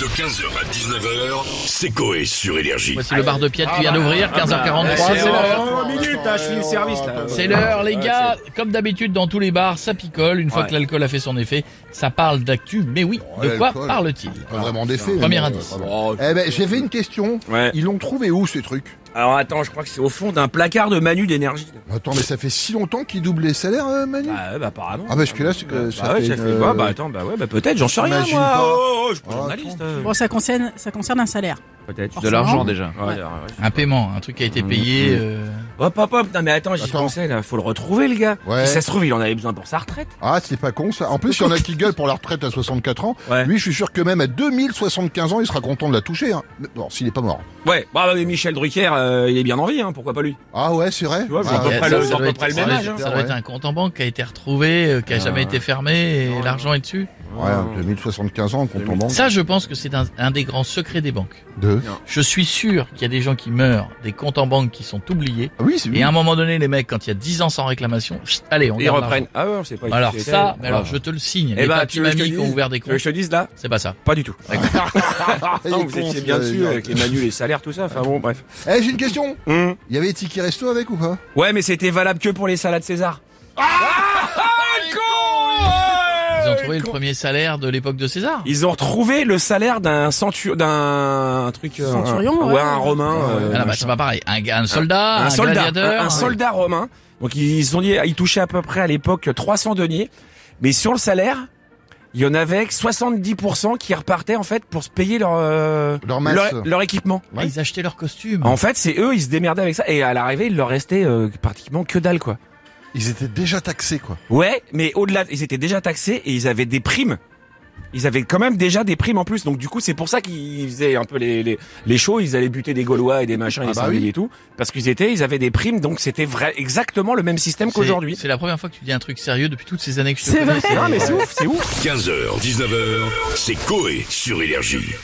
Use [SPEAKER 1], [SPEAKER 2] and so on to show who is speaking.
[SPEAKER 1] De 15h à 19h, c'est Coé sur Énergie.
[SPEAKER 2] Voici le bar de
[SPEAKER 3] Ah
[SPEAKER 2] Piette qui vient
[SPEAKER 3] bah,
[SPEAKER 4] Ah
[SPEAKER 2] d'ouvrir,
[SPEAKER 4] bah,
[SPEAKER 2] 15h43.
[SPEAKER 3] Eh,
[SPEAKER 5] C'est
[SPEAKER 2] c'est l'heure.
[SPEAKER 5] l'heure. minutes, hein, je finis le service là.
[SPEAKER 2] C'est l'heure, les
[SPEAKER 3] Ah,
[SPEAKER 2] gars. Comme d'habitude, dans tous les bars, ça picole. Une fois que l'alcool a fait son effet, ça parle d'actu. Mais oui, de
[SPEAKER 3] Ouais,
[SPEAKER 2] quoi
[SPEAKER 3] l'alcool.
[SPEAKER 2] parle-t-il
[SPEAKER 3] Pas Ah, vraiment d'effet.
[SPEAKER 2] Premier
[SPEAKER 3] mais-
[SPEAKER 2] indice.
[SPEAKER 4] Oh,
[SPEAKER 3] Eh ben, j'ai fait une question.
[SPEAKER 4] Ouais.
[SPEAKER 3] Ils l'ont trouvé où ce truc
[SPEAKER 4] Alors attends, je crois que c'est au fond d'un placard de Manu d'énergie.
[SPEAKER 3] Attends, mais ça fait si longtemps qu'ils doublent les salaires, euh, Manu
[SPEAKER 4] Bah, ouais, bah apparemment.
[SPEAKER 3] Ah, parce que là, c'est que
[SPEAKER 4] Bah,
[SPEAKER 3] ça
[SPEAKER 4] ouais,
[SPEAKER 3] fait
[SPEAKER 4] ça
[SPEAKER 3] une,
[SPEAKER 4] fait- bah,
[SPEAKER 3] euh,
[SPEAKER 4] bah, attends, bah ouais, bah peut-être, j'en sais rien
[SPEAKER 3] J'imagine
[SPEAKER 4] moi.
[SPEAKER 3] pas.
[SPEAKER 4] Oh, oh, je suis pas
[SPEAKER 3] Ah,
[SPEAKER 4] journaliste. euh.
[SPEAKER 6] Bon, ça concerne, ça concerne un salaire.
[SPEAKER 4] Peut-être.
[SPEAKER 6] De l'argent
[SPEAKER 7] déjà.
[SPEAKER 3] Oh.
[SPEAKER 4] Ouais,
[SPEAKER 6] Ouais.
[SPEAKER 4] ouais, ouais.
[SPEAKER 2] Un paiement, un truc qui a
[SPEAKER 4] Mmh.
[SPEAKER 2] été payé. euh,
[SPEAKER 4] Hop hop hop, non mais attends, j'y
[SPEAKER 3] Attends.
[SPEAKER 4] pensais là, faut le retrouver le gars.
[SPEAKER 3] Ouais.
[SPEAKER 4] Si ça se trouve, il en avait besoin pour sa retraite.
[SPEAKER 3] Ah, c'est pas con ça. En plus, il y en a qui gueulent pour la retraite à 64 ans.
[SPEAKER 4] Ouais.
[SPEAKER 3] Lui, je suis sûr que même à 2075 ans, il sera content de la toucher. Hein. Mais Bon, s'il est pas mort.
[SPEAKER 4] Ouais, bah, bah, mais Michel Drucker, euh, il est bien en vie, hein, pourquoi pas lui
[SPEAKER 3] Ah ouais, c'est vrai.
[SPEAKER 4] Tu vois, je
[SPEAKER 3] Ah,
[SPEAKER 4] vois à peu
[SPEAKER 3] ouais.
[SPEAKER 4] près
[SPEAKER 2] ça-
[SPEAKER 4] le-
[SPEAKER 2] ça
[SPEAKER 4] à
[SPEAKER 2] doit
[SPEAKER 4] peu
[SPEAKER 2] être-
[SPEAKER 4] près le
[SPEAKER 2] ça
[SPEAKER 4] même
[SPEAKER 2] doit
[SPEAKER 4] âge,
[SPEAKER 2] être-
[SPEAKER 4] hein. Ah.
[SPEAKER 2] Ça doit être un compte en banque qui a été retrouvé, euh, qui a jamais été fermé, et l'argent est dessus.
[SPEAKER 3] Ouais, 2075 ans, compte en banque.
[SPEAKER 2] Ça, je pense que c'est un, un des grands secrets des banques.
[SPEAKER 3] Deux.
[SPEAKER 2] Je suis sûr qu'il y a des gens qui meurent, des comptes en banque qui sont oubliés.
[SPEAKER 3] Ah oui, c'est
[SPEAKER 2] Et à un moment donné, les mecs, quand il y a 10 ans sans réclamation, chut, allez, on
[SPEAKER 4] Ils
[SPEAKER 2] garde
[SPEAKER 4] reprennent. Ah ouais, c'est pas
[SPEAKER 2] l'argent. Alors
[SPEAKER 4] c'est-
[SPEAKER 2] ça, mais
[SPEAKER 4] Ah.
[SPEAKER 2] alors je te le signe.
[SPEAKER 4] Eh
[SPEAKER 2] les
[SPEAKER 4] bah,
[SPEAKER 2] papis
[SPEAKER 4] tu veux que je te
[SPEAKER 2] mamies qui ont
[SPEAKER 4] dise
[SPEAKER 2] ouvert des
[SPEAKER 4] Tu veux que je
[SPEAKER 2] comptes,
[SPEAKER 4] te dise là
[SPEAKER 2] c'est pas ça.
[SPEAKER 4] Pas du tout.
[SPEAKER 3] Il est
[SPEAKER 4] Non, vous
[SPEAKER 3] con,
[SPEAKER 4] étiez bien
[SPEAKER 3] ce-
[SPEAKER 4] dessus avec les Manu, les salaires, tout ça. Enfin bon, bref.
[SPEAKER 3] Eh, j'ai une question. Il y avait Tiki Resto avec ou pas
[SPEAKER 4] Ouais, mais c'était valable que pour les salades César. Ah, Euh,
[SPEAKER 2] Ils ont trouvé le premier salaire de l'époque de César.
[SPEAKER 4] Ils ont retrouvé le salaire d'un centurion, d'un truc, euh,
[SPEAKER 6] Centurion,
[SPEAKER 4] un-
[SPEAKER 6] ouais.
[SPEAKER 4] ouais, un romain, euh,
[SPEAKER 2] Ah non, bah, c'est pas pareil. Un, gars- un soldat, un,
[SPEAKER 4] un soldat,
[SPEAKER 2] gladiateur,
[SPEAKER 4] un, un
[SPEAKER 2] hein.
[SPEAKER 4] soldat romain. Donc ils se sont dit, ils touchaient à peu près à l'époque 300 deniers, mais sur le salaire, il y en avait que 70% qui repartaient en fait pour se payer leur euh,
[SPEAKER 3] Leur masse.
[SPEAKER 4] leur, leur équipement.
[SPEAKER 2] Ah, Ils achetaient leurs costumes.
[SPEAKER 4] En fait, c'est eux, ils se démerdaient avec ça, et à l'arrivée, il leur restait euh, pratiquement que dalle quoi.
[SPEAKER 3] Ils étaient déjà taxés, quoi.
[SPEAKER 4] Ouais, mais au-delà, ils étaient déjà taxés et ils avaient des primes. Ils avaient quand même déjà des primes en plus. Donc du coup, c'est pour ça qu'ils faisaient un peu les, les, les shows. Ils allaient buter des Gaulois et des machins et
[SPEAKER 3] Ah
[SPEAKER 4] des
[SPEAKER 3] bah
[SPEAKER 4] sangliers
[SPEAKER 3] oui.
[SPEAKER 4] et tout. Parce qu'ils étaient, ils avaient des primes. Donc c'était vrai, exactement le même système
[SPEAKER 2] C'est-
[SPEAKER 4] qu'aujourd'hui.
[SPEAKER 2] C'est la première fois que tu dis un truc sérieux depuis toutes ces années que je te
[SPEAKER 4] C'est
[SPEAKER 2] connais.
[SPEAKER 4] vrai. Non, mais c'est ouf, c'est ouf.
[SPEAKER 1] 15h, 19h, c'est Coé sur Énergie.